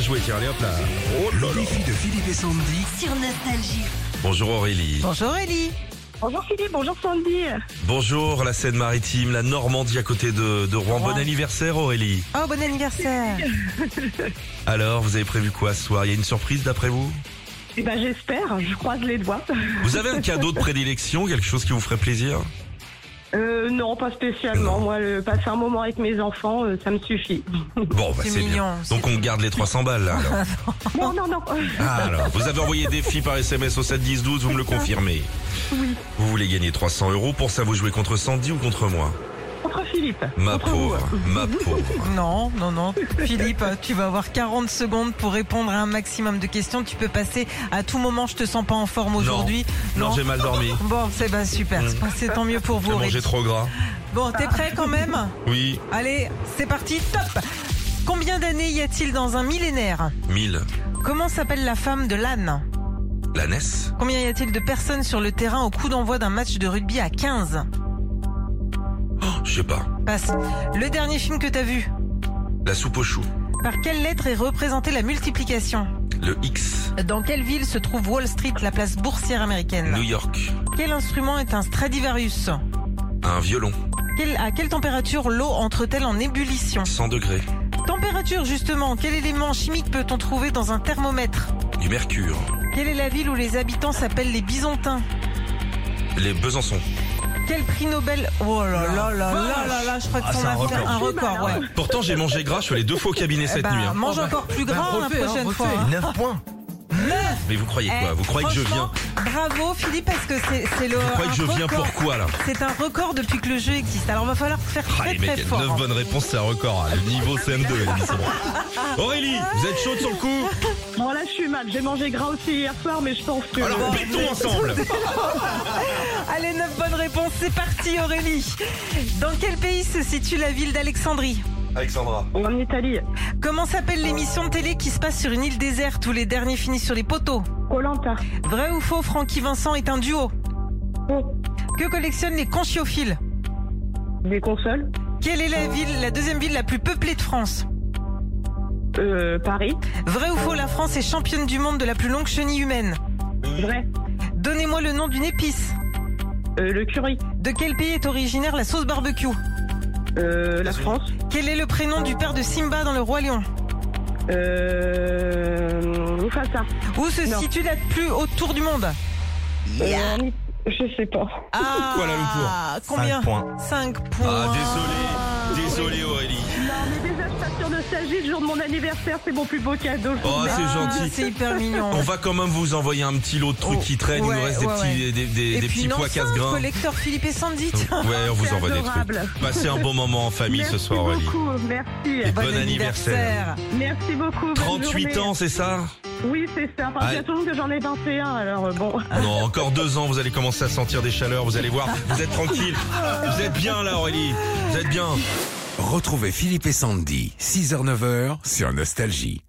joué, tiens, allez hop là. Oh là là. Défi de Philippe et Sandy. sur Nostalgie. Bonjour Aurélie. Bonjour Ellie. Bonjour Philippe, bonjour Sandy. Bonjour la Seine-Maritime, la Normandie à côté de, de Rouen. Bon Rouen. anniversaire Aurélie. Oh, bon anniversaire. Alors, vous avez prévu quoi ce soir Il y a une surprise d'après vous Eh ben j'espère, je croise les doigts. Vous avez un cadeau de prédilection, quelque chose qui vous ferait plaisir Euh, non, pas spécialement. Non. Moi, le, passer un moment avec mes enfants, euh, ça me suffit. Bon, bah, C'est c'est bien. mignon, c'est Donc on garde les 300 balles là, alors. Non, non, euh, non. Ah, alors, vous avez envoyé des filles par SMS au 7 10 12, vous me le confirmez. Vous voulez gagner 300 euros, pour ça vous jouez contre Sandy ou contre moi Contre Philippe. Ma Contre pauvre, ma pauvre. Non, non, non. Philippe, tu vas avoir 40 secondes pour répondre à un maximum de questions. Tu peux passer à tout moment. Je te sens pas en forme aujourd'hui. Non, j'ai mal dormi. Bon, c'est bah super. C'est tant mieux pour vous. J'ai Aurélie. mangé trop gras. Bon, t'es prêt quand même Oui, Allez, c'est parti. Top. Combien d'années y a-t-il dans un millénaire 1000. Comment s'appelle la femme de l'âne La NES Combien y a-t-il de personnes sur le terrain au coup d'envoi d'un match de rugby à 15 Je sais pas. Passe. Le dernier film que t'as vu La soupe aux choux. Par quelle lettre est représentée la multiplication Le X. Dans quelle ville se trouve Wall Street, la place boursière américaine New York. Quel instrument est un Stradivarius Un violon. Quelle- À quelle température l'eau entre-t-elle en ébullition 100 degrés. Température justement, quel élément chimique peut-on trouver dans un thermomètre Du mercure. Quelle est la ville où les habitants s'appellent les bisontins Les Besançon. Quel prix Nobel Oh là là là là là là, je crois Ah, que qu'on c'est un a fait record. un record, ouais. Pourtant, j'ai mangé gras, je suis allé deux fois au cabinet Eh cette ben, nuit. hein. mange encore plus gras la prochaine fois. hein. 9 points. Mais vous croyez quoi Eh, Vous croyez que je viens franchement, Bravo Philippe, parce que c'est c'est le. Vous croyez un que je viens record. pourquoi là C'est un record depuis que le jeu existe. Alors, va falloir faire Ah, très les très mecs, fort. 9 hein. bonnes réponses, c'est un record. hein. Le niveau CM2, là, c'est bon. Aurélie, vous êtes chaude sur le coup Bon, là, je suis mal. J'ai mangé gras aussi hier soir, mais je pense que. Ah. Alors, pétons ensemble Allez, 9 bonnes réponses, c'est parti Aurélie. Dans quel pays se situe la ville d'Alexandrie Alexandra. En Italie, Comment s'appelle l'émission de télé qui se passe sur une île déserte où les derniers finissent sur les poteaux Colanta. Vrai ou faux, Francky Vincent est un duo Oh, Que collectionnent les conchiophiles Des consoles. Quelle est la ville, la deuxième ville la plus peuplée de France Euh, Paris. Vrai ou faux, la France est championne du monde de la plus longue chenille humaine Vrai. Donnez-moi le nom d'une épice. Euh, le curry. De quel pays est originaire la sauce barbecue Euh, la France. Quel est le prénom du père de Simba dans le Roi Lion Euh, Mufasa. Où se Non. situe la plus haute tour du monde Euh, en It- je sais pas. Ah Kuala Lumpur. Combien 5 points. points. Ah, désolé Désolé Aurélie. Non, mais déjà, je passe sur Nostalgie le jour de mon anniversaire. C'est mon plus beau cadeau. je vous Oh, remercie. c'est Ah, gentil. C'est hyper mignon. On va quand même vous envoyer un petit lot de trucs Oh, qui traînent. Il nous ouais, reste des ouais, petits, ouais. des, des- et des puis petits une pois enceinte, casse-grains. collecteur Philippe et Sandy. tiens. Ouais, on vous C'est envoie des trucs. adorable. Passez un bon moment en famille Merci ce soir, Aurélie. beaucoup, merci. Et bon anniversaire. Merci beaucoup. bonne 38 journée. ans, Ah. c'est ça Oui, c'est ça. Enfin, Allez. bientôt que j'en ai 21, alors euh, bon. Non, encore deux ans, vous allez commencer à sentir des chaleurs, vous allez voir. Vous êtes tranquille. Vous êtes bien là, Aurélie. Vous êtes bien. Retrouvez Philippe et Sandy, 6h-9h sur Nostalgie.